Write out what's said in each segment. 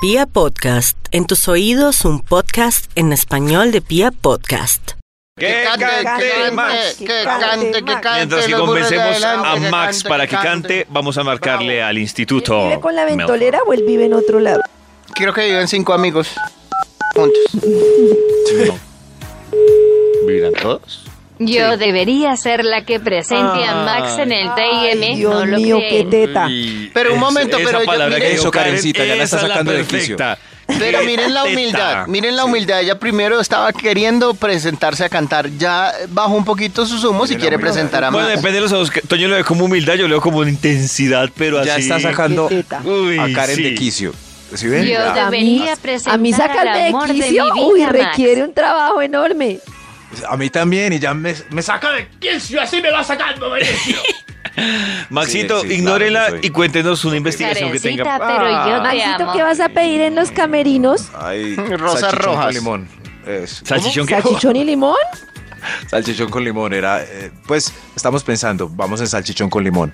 Pia Podcast, en tus oídos un podcast en español de Pia Podcast. Que cante, que Max. que cante, que cante. Mientras que los burros de convencemos a adelante, que Max cante, para que cante, vamos a marcarle al instituto. ¿Vive con la ventolera o él vive en otro lado? Quiero que vivan cinco amigos juntos. Melford. No. ¿Vivirán todos? Yo debería ser la que presente a Max en el Ah. TIM. Ay, Eh, no Dios lo mío, qué creen. teta. Pero un momento, pero yo- palabra que Eso, dijo Karen, Karencita, ya la está esa sacando de perfecta. Pero Qué miren la teta. humildad, miren la humildad. Ella primero estaba queriendo presentarse a cantar. Ya bajó un poquito sus humos y quiere presentar a Bueno, Max. depende de los ojos. Toño lo ve como humildad, yo lo veo como intensidad, pero Ya así. está sacando Qué teta. Uy, a Karen sí. de quicio. ¿Sí Yo ven? Ya. debería A mí- presentar A mí al sacarme amor de de quicio, mi vida, uy, Max. requiere un trabajo enorme. A mí también, y ya me, me saca de quicio, así me va sacando de quicio. Maxito, Sí, sí, ignórela claro, yo soy. y cuéntenos una investigación que Karencita, tenga. Ah, pero yo te Maxito, amo. ¿qué vas a pedir en los camerinos? Ay, Rosas salchichón rojas. con limón. Eso. ¿Salchichón qué? ¿Salchichón y limón? ¿Cómo? Salchichón con limón era. eh, pues estamos pensando, vamos en salchichón con limón.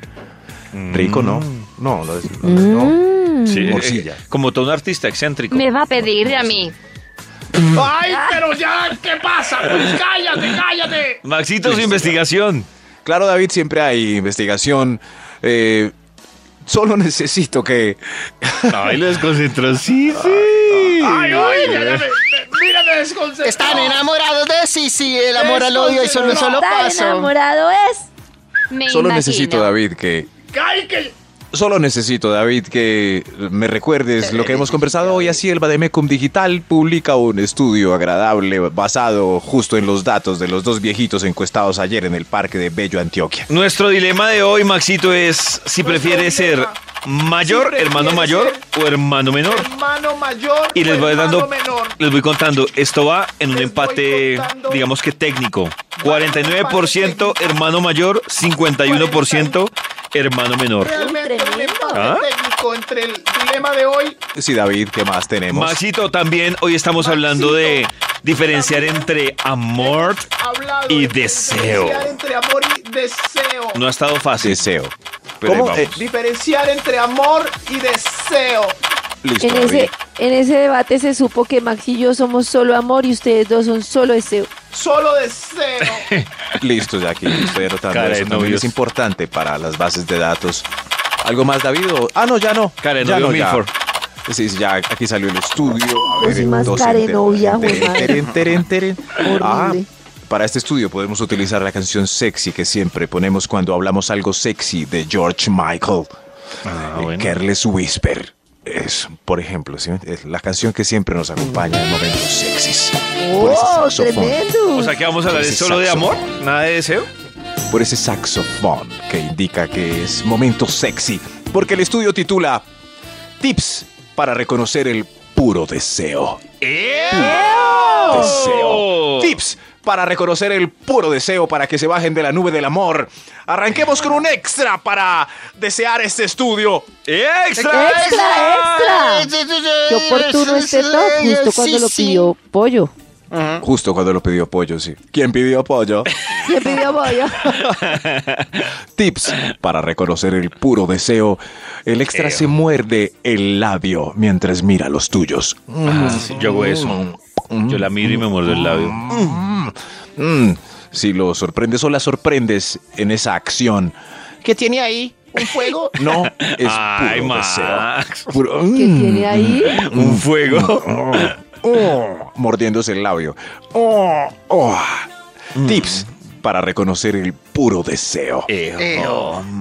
Rico, ¿no? No, lo es- no. Mm. Sí, eh, Morcilla. como todo un artista excéntrico. Me va a pedir a mí. ¡Ay, pero ya! ¿Qué pasa? Pues cállate, cállate. Maxito, su investigación. Claro, David, siempre hay investigación. eh, solo necesito que. Ay, lo desconcentró. Sí, sí. ¡Ay, uy! Ya, ya me, me- mira, me desconcentré. Están enamorados de Sisi, el amor al odio y solo un solo Tan paso. enamorado es. Me Solo imagino. necesito, David, que ¡Ay, que Solo necesito, David, que me recuerdes lo que hemos conversado hoy. Así, el Bademecum Digital publica un estudio agradable basado justo en los datos de los dos viejitos encuestados ayer en el parque de Bello, Antioquia. Nuestro dilema de hoy, Maxito, es si Pues, prefiere ser mayor, Si hermano prefiere mayor o hermano menor. hermano mayor Y les o voy hermano dando, menor. les voy contando, esto va en un Les voy empate, contando. digamos que técnico. 49% hermano mayor, 51% hermano menor. Realmente un Tremendo. empate ¿Ah? técnico entre el dilema de hoy. Sí, David, ¿qué más tenemos? Maxito, también hoy estamos hablando de diferenciar entre amor. Hablado Y de deseo. Diferenciar entre amor y deseo. No ha estado fácil. Deseo. Pero ahí ¿Cómo? vamos. Eh, Diferenciar entre amor y deseo. Listo, En David. ese, en ese debate se supo que Max y yo somos solo amor y ustedes dos son solo deseo. Solo deseo. Listo, ya aquí estoy anotando Cara de eso. También novios. es importante para las bases de datos. ¿Algo más, David? o- Ah, no, ya no. Cara de ya novio no, ya. Milford. Sí, sí, ya aquí salió el estudio. A Pues más dos cara de enter- novia, güey, teren, madre. teren, teren, teren. Horrible. Ah, para este estudio podemos utilizar la canción sexy que siempre ponemos cuando hablamos algo sexy de George Michael. Ah, Eh, bueno. Careless Whisper. Es, por ejemplo, ¿sí? es la canción que siempre nos acompaña en momentos sexys. Por ese ¡Oh, saxofón, tremendo! O sea, que vamos a hablar Ese solo de amor, saxofón. nada de deseo. Por ese saxofón que indica que es momento sexy. Porque el estudio titula Tips para reconocer el puro deseo. deseo. Tips para reconocer el puro deseo para que se bajen de la nube del amor. Arranquemos con un extra para desear este estudio. Ah, ¡Extra! ¡Extra, extra! Qué oportuno este top, justo cuando lo Sisi. pidió Pollo. Justo cuando lo pidió Pollo, sí. ¿Quién pidió Pollo? ¿Quién pidió Pollo? Tips para reconocer el puro deseo. El extra se muerde el labio mientras mira los tuyos. Ah, sí, yo hago eso. Yo la miro y me muerdo el labio. Mm, si lo sorprendes o la sorprendes en esa acción. ¿Qué tiene ahí? ¿Un fuego? No, es Ay, puro Max. deseo. Puro- mm, ¿Qué tiene ahí? Un fuego. Oh, mordiéndose el labio. Oh, oh. Tips para reconocer el puro deseo. Eh.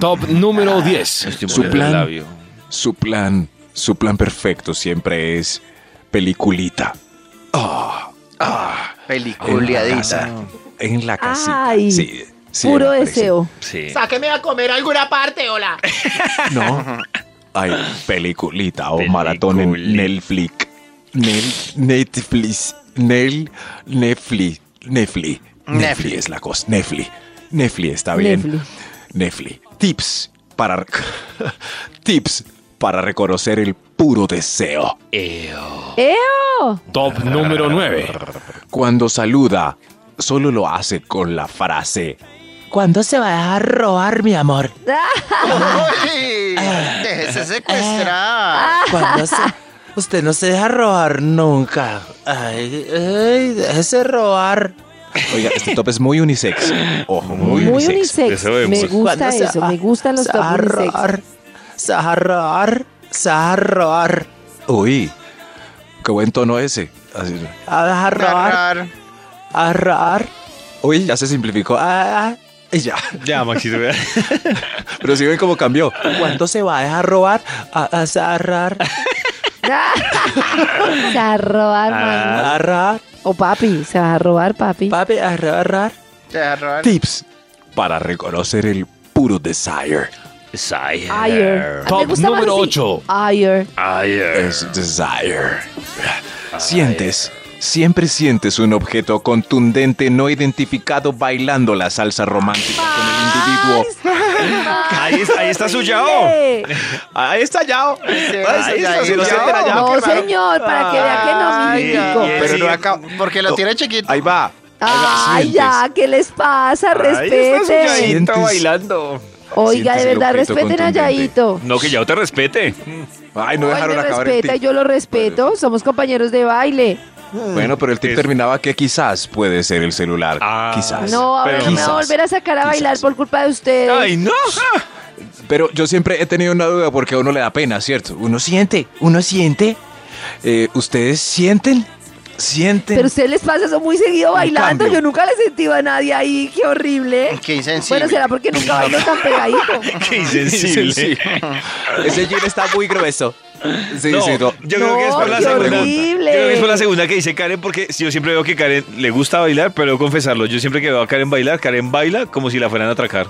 Top número 10. Su plan. Su plan, su plan perfecto siempre es peliculita. En la Peliculiadita. casa. En la casita. Ay, Sí, sí, Puro me parece. deseo. Sí. Sáqueme a comer a alguna parte, hola. No. Ay, peliculita o maratón en Peliculita. Netflix. Nel- Netflix. Nel- Netflix. Netflix. Netflix es la cosa. Netflix. Netflix está bien. Netflix. Netflix. Tips para rec- tips para reconocer el puro deseo. ¡Eo! Top número 9. Cuando saluda, solo lo hace con la frase. ¿Cuándo se va a dejar robar, mi amor? ¡Uy! Déjese secuestrar. Ah, ¿Cuándo se, Usted no se deja robar nunca. Ay, ay, déjese robar. Oiga, este top es muy unisex. Ojo, muy, Muy unisex. unisex. eso vemos. Me gusta Cuando se eso, va- me gustan los se va a top unisex. robar, Se va a robar, se va a robar. Uy, qué buen tono ese. Así- A dejar robar, Narrar. a robar. Uy, ya se simplificó. Ah, Ah, y ya. Ya, Maxito. Pero si ven cómo cambió. ¿Cuándo se va a dejar robar? A, a se va a robar, Se va a robar, Ah. man. a robar. O papi, se va a robar, papi. Papi, a robar. Narrar. Tips para reconocer el puro desire. Ayer. Top número 8. Ayer. Es desire. Sientes, siempre sientes un objeto contundente no identificado bailando la salsa romántica con el individuo. Ah. Ahí, está- ahí está su yao. Ahí está Yao. Ahí está, Si ahí no está. se entera Yao, No, qué raro. señor, para que vea Ay, que no me ay, indico. ay. Pero no Sí. acá. Porque lo No, tiene chiquito. Ahí va. Ay, ya, ¿qué les pasa? Respeten. Sientes- bailando. Oiga, de Sientes el verdad, objeto respeten a contundente. Yaito. No, que Yao te respete. Ay, no Él dejaron me acabar el respeta y tip. yo lo respeto. Somos compañeros de baile. Bueno, pero el tip Es- terminaba que quizás puede ser el celular. Ah. quizás. No, ahora pero no me va a quizás, volver a sacar a quizás. bailar por culpa de ustedes. Ay, no. Pero yo siempre he tenido una duda porque a uno le da pena, ¿cierto? Uno siente, uno siente. Eh, ¿Ustedes sienten? ¿Sienten? Pero a ustedes les pasa eso muy seguido bailando. cambio. Yo nunca les sentido a nadie ahí. Qué horrible. Qué insensible. Bueno, será porque nunca bailo tan pegadito. Qué insensible. Sí, sí. Ese jean está muy grueso. Sí, No, sí, no. Yo creo que es No, por la qué segunda. horrible. Yo creo que es por la segunda que dice Karen, porque yo siempre veo que Karen le gusta bailar, pero debo confesarlo, yo siempre que veo a Karen bailar, Karen baila como si la fueran a atracar.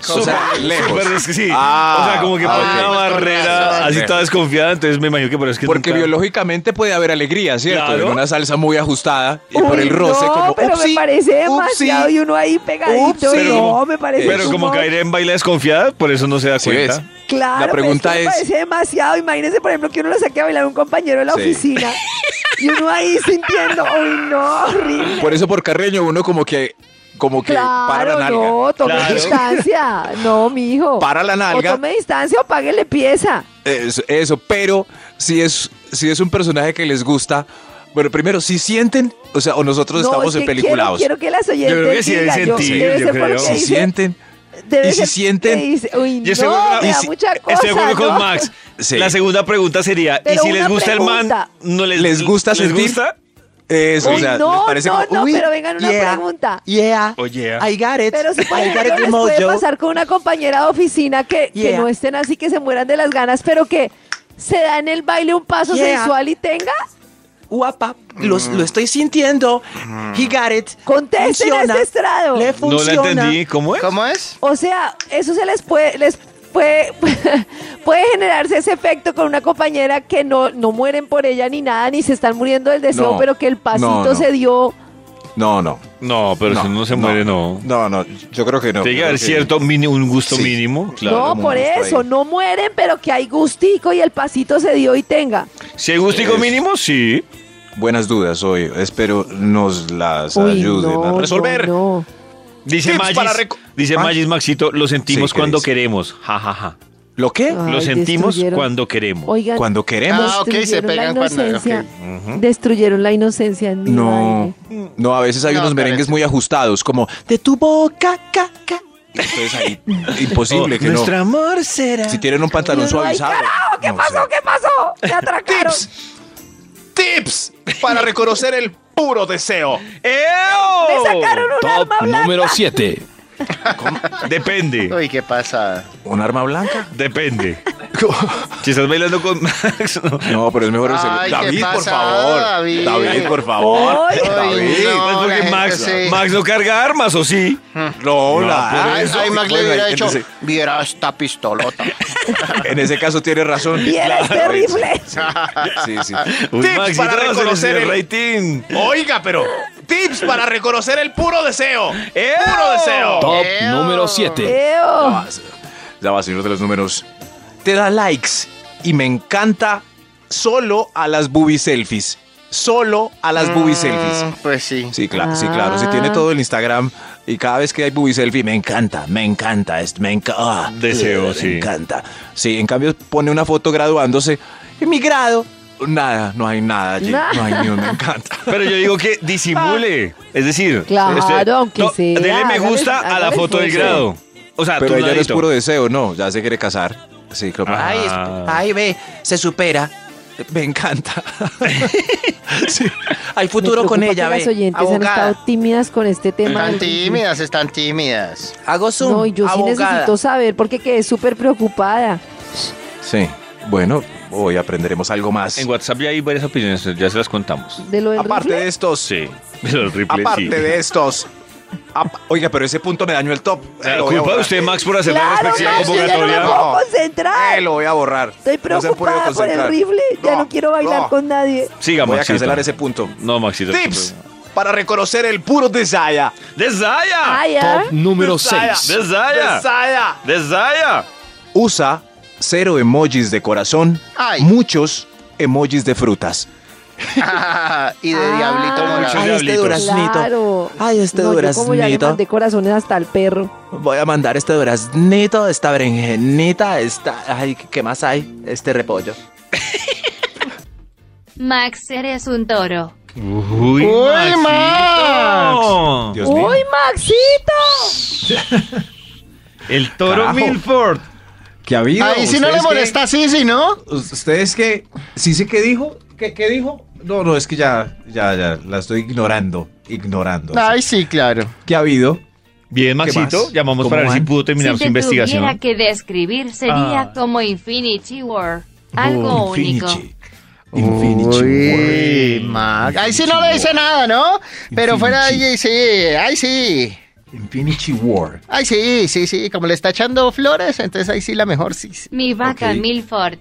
O sea, lejos. Súper, es que sí. Ah, o sea, como que ah, pone ok. una barrera Lejos. así toda desconfiada, entonces me imagino que pero es que Porque nunca- biológicamente puede haber alegría, ¿cierto? Claro. En una salsa muy ajustada y por Uy, el roce no, como pero "Upsi, me parece upsi". demasiado y uno ahí pegadito. Upsi. no, como- me parece Pero un como humor. Karen baila desconfiada, por eso no se da ¿Sí cuenta. ves? Claro, La pregunta pero es, que me es- parece demasiado. Imagínense, por ejemplo, que uno lo saque a bailar a un compañero de la Sí. oficina y uno ahí sintiendo, uy, no, horrible. Por eso por Carreño uno como que como que para la Claro, nalga. no, tome Claro. distancia. No, mijo. Para la nalga. O tome distancia o páguele pieza. Eso, eso, pero si es si es un personaje que les gusta, bueno, primero si sienten, o sea, o nosotros No, estamos es que en peliculados. Quiero, quiero que las oyentes Yo creo que sí debe digan, yo- sentir, debe yo ser porque creo. si dice- sienten, debe y si ser sienten- que dice, uy, Yo no, seguro- me y da si- mucha cosa, Estoy de acuerdo ¿no? con Max. Sí. La segunda pregunta sería, Pero ¿y si les una gusta el man? pregunta. ¿No les, les gusta ¿Les sentir? gusta? Eso, o Uy, sea, no, les parece no, como, no, uy, pero vengan una pregunta. Yeah. Oh, yeah. I got it. Pero si por I got ejemplo it les puede mojo. pasar con una compañera de oficina que, que Yeah. no estén así, que se mueran de las ganas, pero que se da en el baile un paso Yeah. sensual y tenga, Guapa, los- lo estoy sintiendo. He got it. contesten a Funciona. este estrado. Le No la funciona. entendí. ¿Cómo es? ¿Cómo es? O sea, eso se les puede, les puede, puede generarse ese efecto con una compañera que no, no mueren por ella ni nada, ni se están muriendo del deseo, No, pero que el pasito no, no. se dio. No, no. No, pero si uno se muere, no. No, no, yo creo que no. Tiene que Yo haber creo cierto, mini- un gusto Sí. mínimo, claro. no, por está eso, ahí. no mueren, pero que hay gustico y el pasito se dio y tenga. Si hay gustico Es- mínimo, sí. Buenas dudas hoy. Espero nos las Uy, ayuden no, a resolver. no, no. Dice Tips Magis, para reco- dice Ah. Magis Maxito, lo sentimos Sí, ¿qué cuando dice? queremos. Ja, ja, ja. ¿Lo qué? Ay, lo sentimos destruyeron. cuando queremos. Oigan, Cuando queremos. Ah, ok, se destruyeron pegan la cuando- ok. inocencia. Destruyeron la inocencia en mi No, no, a veces hay No, unos merengues parece. muy ajustados, como De tu boca, ca, ca. entonces ahí imposible Oh, que nuestro no. amor será. Si tienen un pantalón baile. Ay, suavizado. carajo, ¿qué no pasó? sé. ¿Qué pasó? Me atracaron. Tips para reconocer el puro deseo. Me sacaron un Top arma blanca. número 7. Depende, Uy, qué pasa. ¿Un arma blanca? depende. si estás bailando con Max, no. No, pero es mejor el celular. Ay, qué David, por pasada, favor. David. David, por favor. Ay. David. Ay, no. Pues porque la Max, gente sí. Max no carga armas, ¿o sí? No, la- por Ay, eso. Ah, ay, Max le Bueno, hubiera en hecho, ese- viera esta pistolota. En ese caso tiene razón. Bien, es terrible. Sí, sí. Uy, Tips Maxito, para se nos reconocer dio el- rating. Oiga, pero tips para reconocer el puro deseo. Puro deseo. Top Eo. número 7. Eo. Ya va, señor de los números. Te da likes y me encanta solo a las booby selfies. Solo a las booby selfies. Mm, Pues sí. Sí, claro, sí, Ah. claro. Si tiene todo el Instagram y cada vez que hay booby selfie, me encanta, me encanta, es- me encanta. Deseo, sí. Me encanta. Sí, en cambio pone una foto graduándose. Mi grado. Nada, no hay nada, Jake, Nada. no hay ni un me encanta. Pero yo digo que disimule. Es decir, este, Claro, aunque sea, Dele me hágale- gusta a la hágale foto del esfuerzo. grado. O sea, Pero tú ella no es ladito. puro deseo, no, ya se quiere casar. Sí, claro. Ah. Ay, es- ay, ve, se supera. Me encanta. Hay Me futuro con preocupa ella, que ve. Las oyentes han abogada. estado tímidas con este tema. Están del- tímidas, están tímidas. Hago zoom. No, y yo sí abogada. necesito saber porque quedé súper preocupada. Sí. Bueno, hoy aprenderemos algo más. En WhatsApp ya hay varias opiniones, ya se las contamos. De lo del Aparte rifle. de estos, Sí, pero el rifle aparte sí. de estos. ap- Oiga, pero ese punto me dañó el top. O sea, Eh, lo voy a culpa de borrar. usted, Max, por hacer la Claro, respectiva Max, yo ya no me convocatoria. puedo Eh, concentrar. lo voy a borrar. Estoy No se han podido preocupada por el concentrar. rifle. ya No, no quiero bailar no. con nadie. Siga, Voy a Maxito. cancelar ese punto. No, Maxito. Tips para reconocer el puro desaya. ¡Desaya! Ay, ah. Pues- Número 6. ¡Desaya! Desaya. ¡Desaya! Usa cero emojis de corazón, Ay. muchos emojis de frutas. y de Ah. diablito morado. Ay, este diablitos. duraznito. Claro. Ay, este No, yo Como ya le duraznito. mandé corazones hasta al perro. Voy a mandar este duraznito, esta berenjenita, esta... Ay, ¿qué más hay? Este repollo. Max, eres un toro. ¡Uy, Maxito! Dios mío. ¡Uy, Maxito! El toro Carajo. Milford. ¿Qué ha habido? Ahí sí no le ¿Ustedes qué? molesta, sí, sí, ¿no? ¿Ustedes qué? ¿Sí sé qué dijo? ¿Qué, qué dijo? No, no, es que ya, ya, ya, la estoy ignorando. Ignorando. Ay, sí, claro. ¿Qué ha habido? Bien, ¿Qué Maxito. más? Llamamos ¿Cómo para ver si van? pudo terminar si su te tuviera investigación. que describir sería Ah. Oh, como Infinity War. Algo único. Infinity. Infinity Uy, War. Max. Ahí sí no le dice nada, ¿no? Pero fuera de allí, sí. Ahí sí. Infinity War. Ay, sí, sí, sí. Como le está echando flores, entonces ahí sí la mejor, sí. sí. Mi vaca Milford.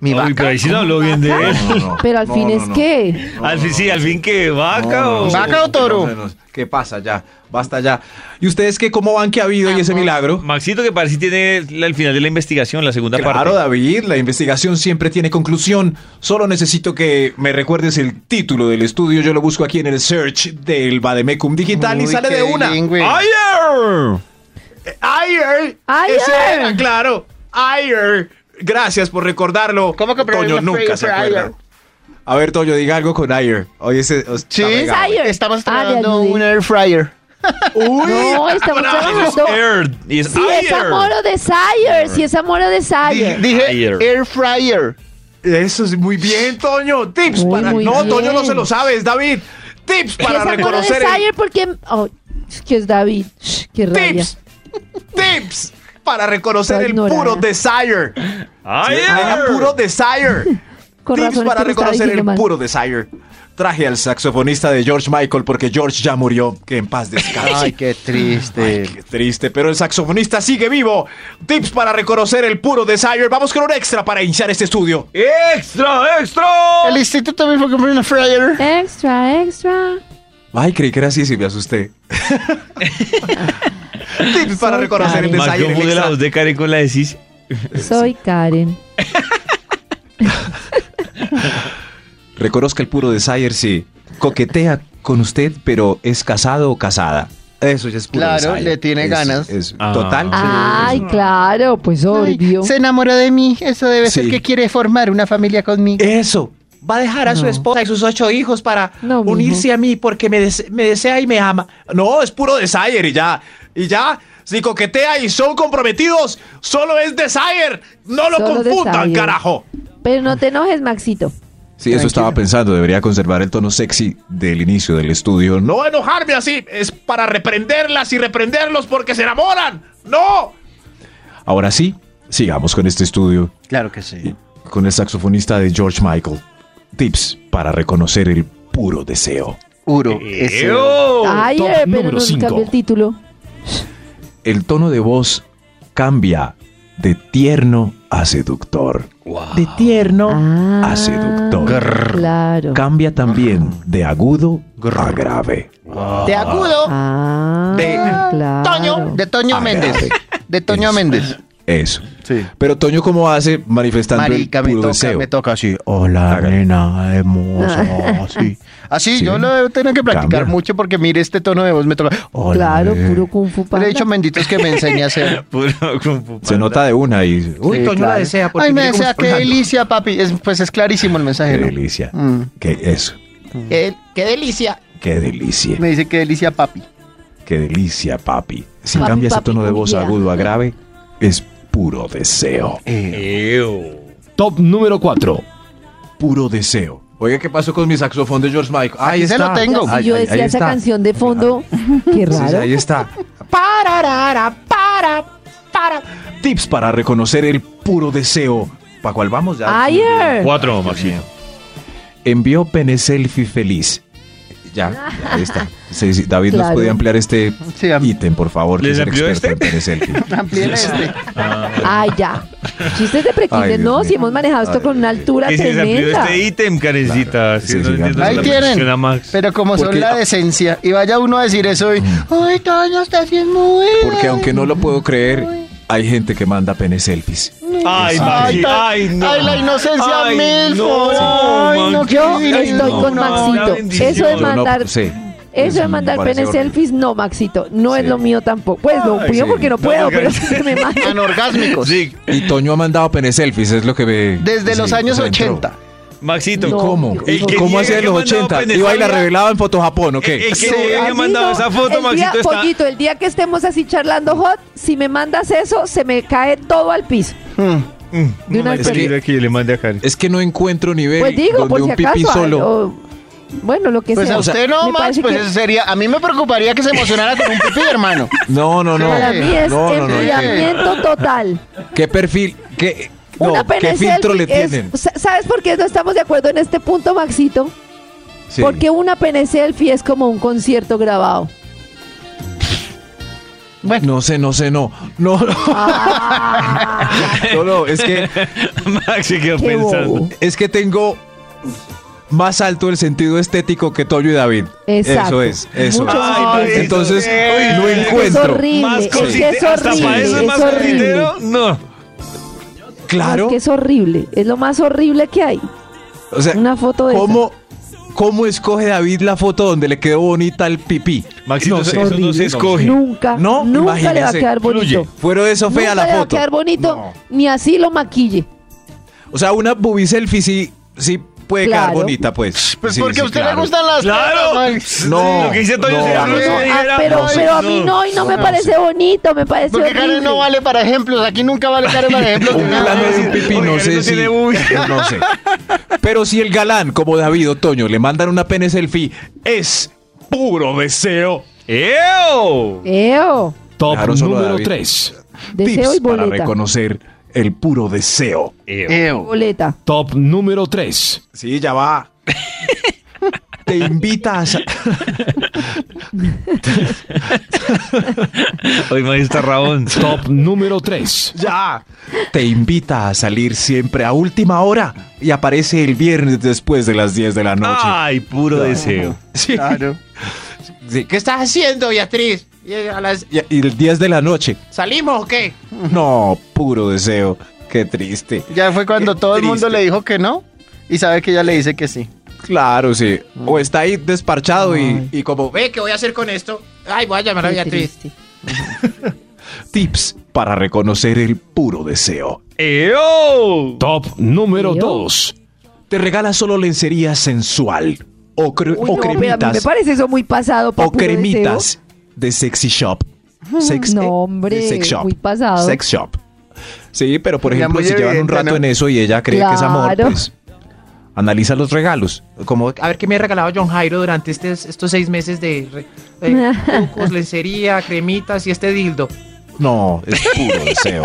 Mi Uy, vaca. pero ahí sí no habló bien de él. No, no, no. Pero al No, fin no, es no. que. al fin, sí, al fin que vaca o. ¿Vaca o toro? No, no, no. ¿Qué pasa ya? Basta ya. ¿Y ustedes qué? ¿Cómo van? ¿Qué ha habido y ese milagro? Maxito, que parece que tiene la- el final de la investigación, la segunda parte. Claro, David, la investigación siempre tiene conclusión. Solo necesito que me recuerdes el título del estudio. Yo lo busco aquí en el search del Bademecum Digital y Uy, sale qué de una. bilingüe. ¡Ayer! Eh, ¡Ayer! ¡Ayer! Ese era, claro. ¡Ayer! Gracias por recordarlo. ¿Cómo que Toño problema nunca fue se por acuerda. Ayer? A ver, Toño, diga algo con Ayer. Oye, ese... oh, Sí, está es pegado. eh. ayer. Estamos Ah, le trabajando ayudé. un air fryer. No, estamos trabajando. Aired, y es Si es ayer. amor o desire, si es amor o Dije, desire. dije Ayer. air fryer. Eso es muy bien, Toño. Tips Muy, para. muy no, bien. Toño no se lo sabes, David. Tips Si es para amor o reconocer. desire, porque. Oh, que es David. Shh, Qué El... rabia. Tips. Tips para reconocer Toda el ignorada. puro desire. Ayer. Haga puro desire. Con Tips razón es para que lo estaba reconocer el diciendo mal. puro desire. Traje al saxofonista de George Michael porque George ya murió. Que en paz descanse. Ay, qué triste. Qué triste, pero el saxofonista sigue vivo. Tips para reconocer el puro desire. Vamos con un extra para iniciar este estudio. ¡Extra, extra! El instituto me fue a comprar una fryer. Extra, extra. Ay, creí que era así, sí me asusté. Tips para Soy reconocer el Karen. Más desire. el confunde la extra. voz de Karen con la de Cis. Soy Karen. Reconozca el puro desire si coquetea con usted, pero es casado o casada. Eso ya es puro Claro, desire. le tiene Es- ganas. Es Ah. total. Ay, claro, pues obvio. Se enamoró de mí. Eso debe Sí. ser que quiere formar una familia conmigo. Eso. Va a dejar a su No. esposa y sus ocho hijos para No, mijo. unirse a mí porque me, des- me desea y me ama. No, es puro desire y ya. Y ya, si coquetea y son comprometidos, solo es desire. No lo Solo confundan, desire. carajo. Pero no te enojes, Maxito. Sí, eso estaba pensando. Debería conservar el tono sexy del inicio del estudio. No No enojarme así. Es para reprenderlas y reprenderlos porque se enamoran. ¡No! Ahora sí, sigamos con este estudio. Claro que sí. Con el saxofonista de George Michael. Tips para reconocer el puro deseo. Uro. Eh, Eso. Ay, Oh, top eh, pero número no le cinco. cambié el título. El tono de voz cambia de tierno a seductor. De tierno. Ah, A seductor. Claro. Cambia también de agudo a grave. De agudo. Ah, De claro. Toño. De Toño Ah, Méndez. grave. De Eh, Toño Eso. Méndez. Eso. Sí. Pero Toño, ¿cómo hace manifestando Marica, el me puro toca, deseo? me toca así. Hola, Hágale. nena, hermosa. Así, así Ah, Sí. Ah, yo lo debo tener que practicar Cambia. mucho porque mire este tono de voz, me toca. Hola, Claro, nena. puro kung Yo fu Le panda. he dicho menditos que me enseñe a hacer. Puro Kung Fu Se Panda. nota de una y... Uy, Sí, Toño la claro. desea. porque Ay, me mire cómo desea, está qué hablando. delicia, papi. Es- pues es clarísimo el Qué mensaje. ¿no? delicia. Mm. Que eso. Qué, qué delicia. Qué delicia. Me dice qué delicia, papi. Qué delicia, papi. Si Papi, cambia ese papi, tono de voz confía. agudo a grave, es puro deseo. Eh, Top número 4. Puro deseo. Oiga, ¿qué pasó con mi saxofón de George Michael? Ahí Aquí se está. lo tengo. Si yo Ahí- ahí decía esa está. canción de fondo, qué Sí, raro. ahí está. Tips para reconocer el puro deseo. ¿Para cuál vamos ya? Ayer. Cuatro, Maxi. Envió pene selfie feliz. Ya, ya, ahí está. Sí, sí, David, ¿nos Ah. Claro. puede ampliar este Sí, am- ítem, por favor? que ¿Les es el amplió experto este? en pene selfie. Amplíen este. Ay, ya. Chistes de prekinder, Ay, Dios no, mío. si hemos manejado esto Ay, con una Dios mío. altura Que se les amplió tremenda. este ítem, Karencita. Claro. Sí, Sí, no sí, entiendo ya. Ahí la tienen. posición a Max. Pero como Porque- son la decencia. Y vaya uno a decir eso y. Ay, Toño, estás bien muy. Mm. Porque aunque no lo puedo creer, hay gente que manda pene selfies. Ay, Maxi, Ay, ay, no. ay, la inocencia Ay, mil. no, ay, no, Maxi. qué Yo divino. estoy con no, Maxito. una bendición. Eso de Yo no mandar, sí. eso de Sí, mandar me parece pene horrible. selfies, no, Maxito. No es Sí. lo mío tampoco. Pues lo Ay, mío sí. porque no No, puedo, porque- pero sí que me mandan. Anorgásmicos. Sí, Y Toño ha mandado pene selfies, es lo que ve. Desde los años 80. Maxito. ¿Y No, cómo? Dios ¿Y mío. ¿Cómo hacía en los ¿Quién mandaba 80? pene Iba y selfie? la Eh, revelaba en Fotojapón, ¿o qué? ¿Qué Sí, le a había mí mandado no. esa foto, el día, Maxito? Está... Pollito, el día que estemos así charlando hot, si me mandas eso, se me cae todo al piso. Mm. De una Es que, que le mandé a Karen. Es que no encuentro nivel Pues digo, donde por si un pipí acaso. solo. o- bueno, lo que Pues sea. a usted no, Me Max, parece pues que eso sería. A mí me preocuparía que se emocionara con un pipí, hermano. No, no, no. Para mí es no, no, no. ¿Qué, enfriamiento total. qué perfil? ¿Qué, no, Una pena ¿qué es filtro selfie le es- tienen? sa- ¿Sabes por qué no estamos de acuerdo en este punto, Maxito? Sí. Porque una pene selfie es como un concierto grabado. No sé, no sé, no. No, no, Ah. no, no, es que Maxi quedó Qué pensando. bobo. es que tengo más alto el sentido estético que Toño y David. Exacto. Eso es, eso. Mucho es. más Ay, alto. Entonces, Uy, no es es encuentro. horrible. Más es que es cositero. Hasta para horrible. eso es es más horrible. cositero. No. No, Claro. es que es horrible. Es lo más horrible que hay. O sea, Una foto de ¿cómo, ¿cómo escoge David la foto donde le quedó bonita el pipí? Maxito, no sé. eso no se horrible. escoge. Nunca, No, nunca le va a imagínese, quedar bonito. fluye. Fueron eso Nunca fea le la va a foto. quedar bonito, ni así lo maquille. O sea, una boobie selfie sí, sí puede Claro. quedar bonita, pues. Pues Sí, porque sí, a usted claro. le gustan las. Claro. Max. No, Lo que dice Toño no, sería lo que no. yo Ah, dijera, pero, no, pero a mí no, y no me parece bonito, me parece Porque horrible. Karen no vale para ejemplos. Aquí nunca vale Karen para ejemplos. Un galán de un pipí, Oiga, no eso sé si. tiene boobie. No sé. Pero si el galán, como David Otoño, le mandan una pene selfie, es puro deseo. ¡Eo! Eo, Top Claro, solo número David. 3. deseo y Tips para boleta. reconocer el puro deseo. Boleta. Top número 3. Sí, ya va. Te invitas. Hoy me está Rabón. Top número 3. Ya. Te invita a salir siempre a última hora y aparece el viernes después de las 10 de la noche. Ah. Ay, puro deseo. Sí. Sí, ¿Qué estás haciendo, Beatriz? Y, y el 10 de la noche. ¿Salimos o qué? No, puro deseo. Qué triste. Ya fue cuando Qué todo el mundo triste. le dijo que no. Y sabe que ella le dice que sí. Claro, sí. Mm. O está ahí desparchado y, y como Ve, Eh, ¿qué voy a hacer con esto? Ay, voy a llamar a Qué Beatriz. triste. tips para reconocer el puro deseo. ¡Eo! Top número Yo. 2. Te regala solo lencería sensual o, cre- Uy, o no, pero a mí me cremitas parece eso muy pasado. pa' o puro cremitas de sexy shop. Sex, No, eh, hombre, de sex shop. muy pasado. Sex shop. Sí, pero por Ya ejemplo, muy si llevan un evidente, rato ¿no? en eso y ella cree que es amor, Claro. pues analiza los regalos. Como, a ver qué me ha regalado John Jairo durante estes- estos seis meses de re- eh, trucos, lencería, cremitas y este dildo. No, es puro deseo.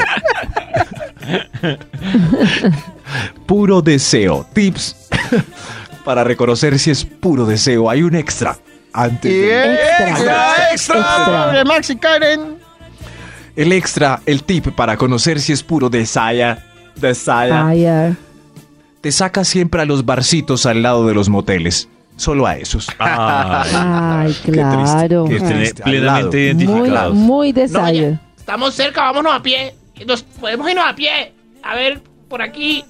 puro deseo. Tips para reconocer si es puro deseo. Hay un extra. Antes de- Extra. extra, extra, Extra. de Max y Karen. El extra, el tip para conocer si es puro deseo. deseo. Deseo. Ay, ay. Te saca siempre a los barcitos al lado de los moteles. Solo a esos. Ay, Ay, Qué triste, Ah, claro. qué que estén triste, al lado. plenamente Muy, identificados. muy No, desire. ya, estamos cerca, vámonos a pie. Nos podemos irnos a pie. A ver, por aquí.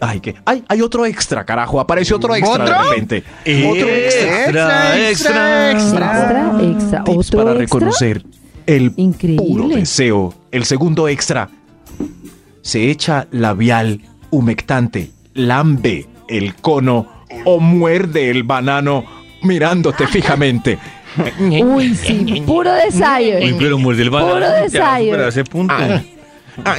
Ay, que. Ay, hay otro extra, carajo. Apareció otro extra ¿Otro? de repente. Otro extra, extra, Extra, extra, Tips otro para extra. reconocer el puro Increíble. deseo. El segundo extra. Se echa labial humectante, lambe el cono o muerde el banano mirándote fijamente. Uy, sí, puro desire. Uy, pero muerde el banano. Eh, Puro ya, desire. Pero hace punto. Ah,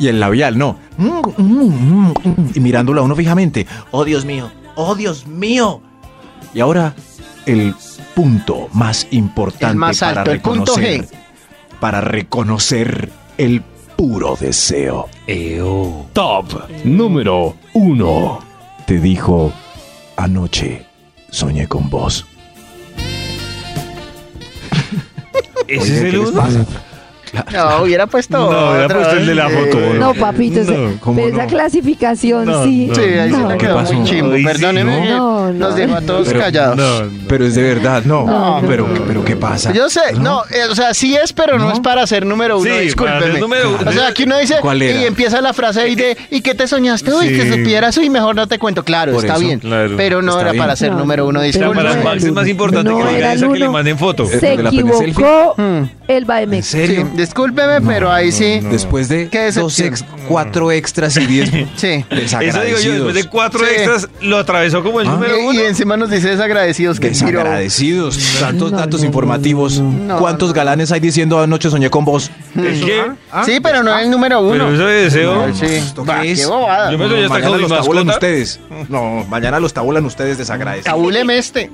Y el labial, no. Mm, mm, mm, mm, Y mirándolo a uno fijamente. Oh, Dios mío. Oh, Dios mío. Y ahora, el punto más importante El más para alto, el punto reconocer. Para reconocer el puro deseo. Top número uno. Te dijo, anoche soñé con vos. ¿Ese es Oiga, el ¿qué les uno? pasa? No, hubiera puesto. No, hubiera otro. puesto el de la foto, Sí. ¿no? No, papito, ese- No, ¿cómo pero esa no? clasificación No, sí. no, Sí, ahí se No. me quedó muy pasó? chimbo. Ay, sí, Perdóneme. ¿no? No, no. Nos dejó a todos Pero- callados. Pero es de verdad, no. No, no, pero, no, no. pero ¿qué pasa? Yo sé, no, eh, o sea, sí es, pero no, es para ser número uno, Sí, discúlpeme. para ser número uno. O sea, aquí uno dice, ¿Cuál era? y empieza la frase ahí de, ¿y qué te soñaste? Uy, Sí. que supieras, uy, mejor no te cuento. Claro, Por está eso, bien, claro. pero no Está era bien. para ser No, número uno, pero O sea, discúlpeme. no para era Max el es más uno. importante No que le era diga el esa que le uno. manden foto. Eh, Se ¿De la peli equivocó el ¿En Baemex. Sí, serio? discúlpeme, pero ahí sí, Después de Qué dos decepción. ex- cuatro extras y diez sí. Eso digo yo, después de desagradecidos. cuatro Sí. extras, lo atravesó como el Ah. número Y, y uno. encima nos dice desagradecidos que tiró. Desagradecidos, tantos No, datos no, informativos. no, no. ¿Cuántos galanes hay diciendo anoche soñé con vos? Es que, Ah. Sí, pero no es el número pero uno. ese deseo, sí. ¿Esto Va, qué es? qué bobada. Yo me soñé hasta mañana con mi los tabulan mascota. ustedes. No, mañana este. los tabulan ustedes desagradecidos. Cabúleme este.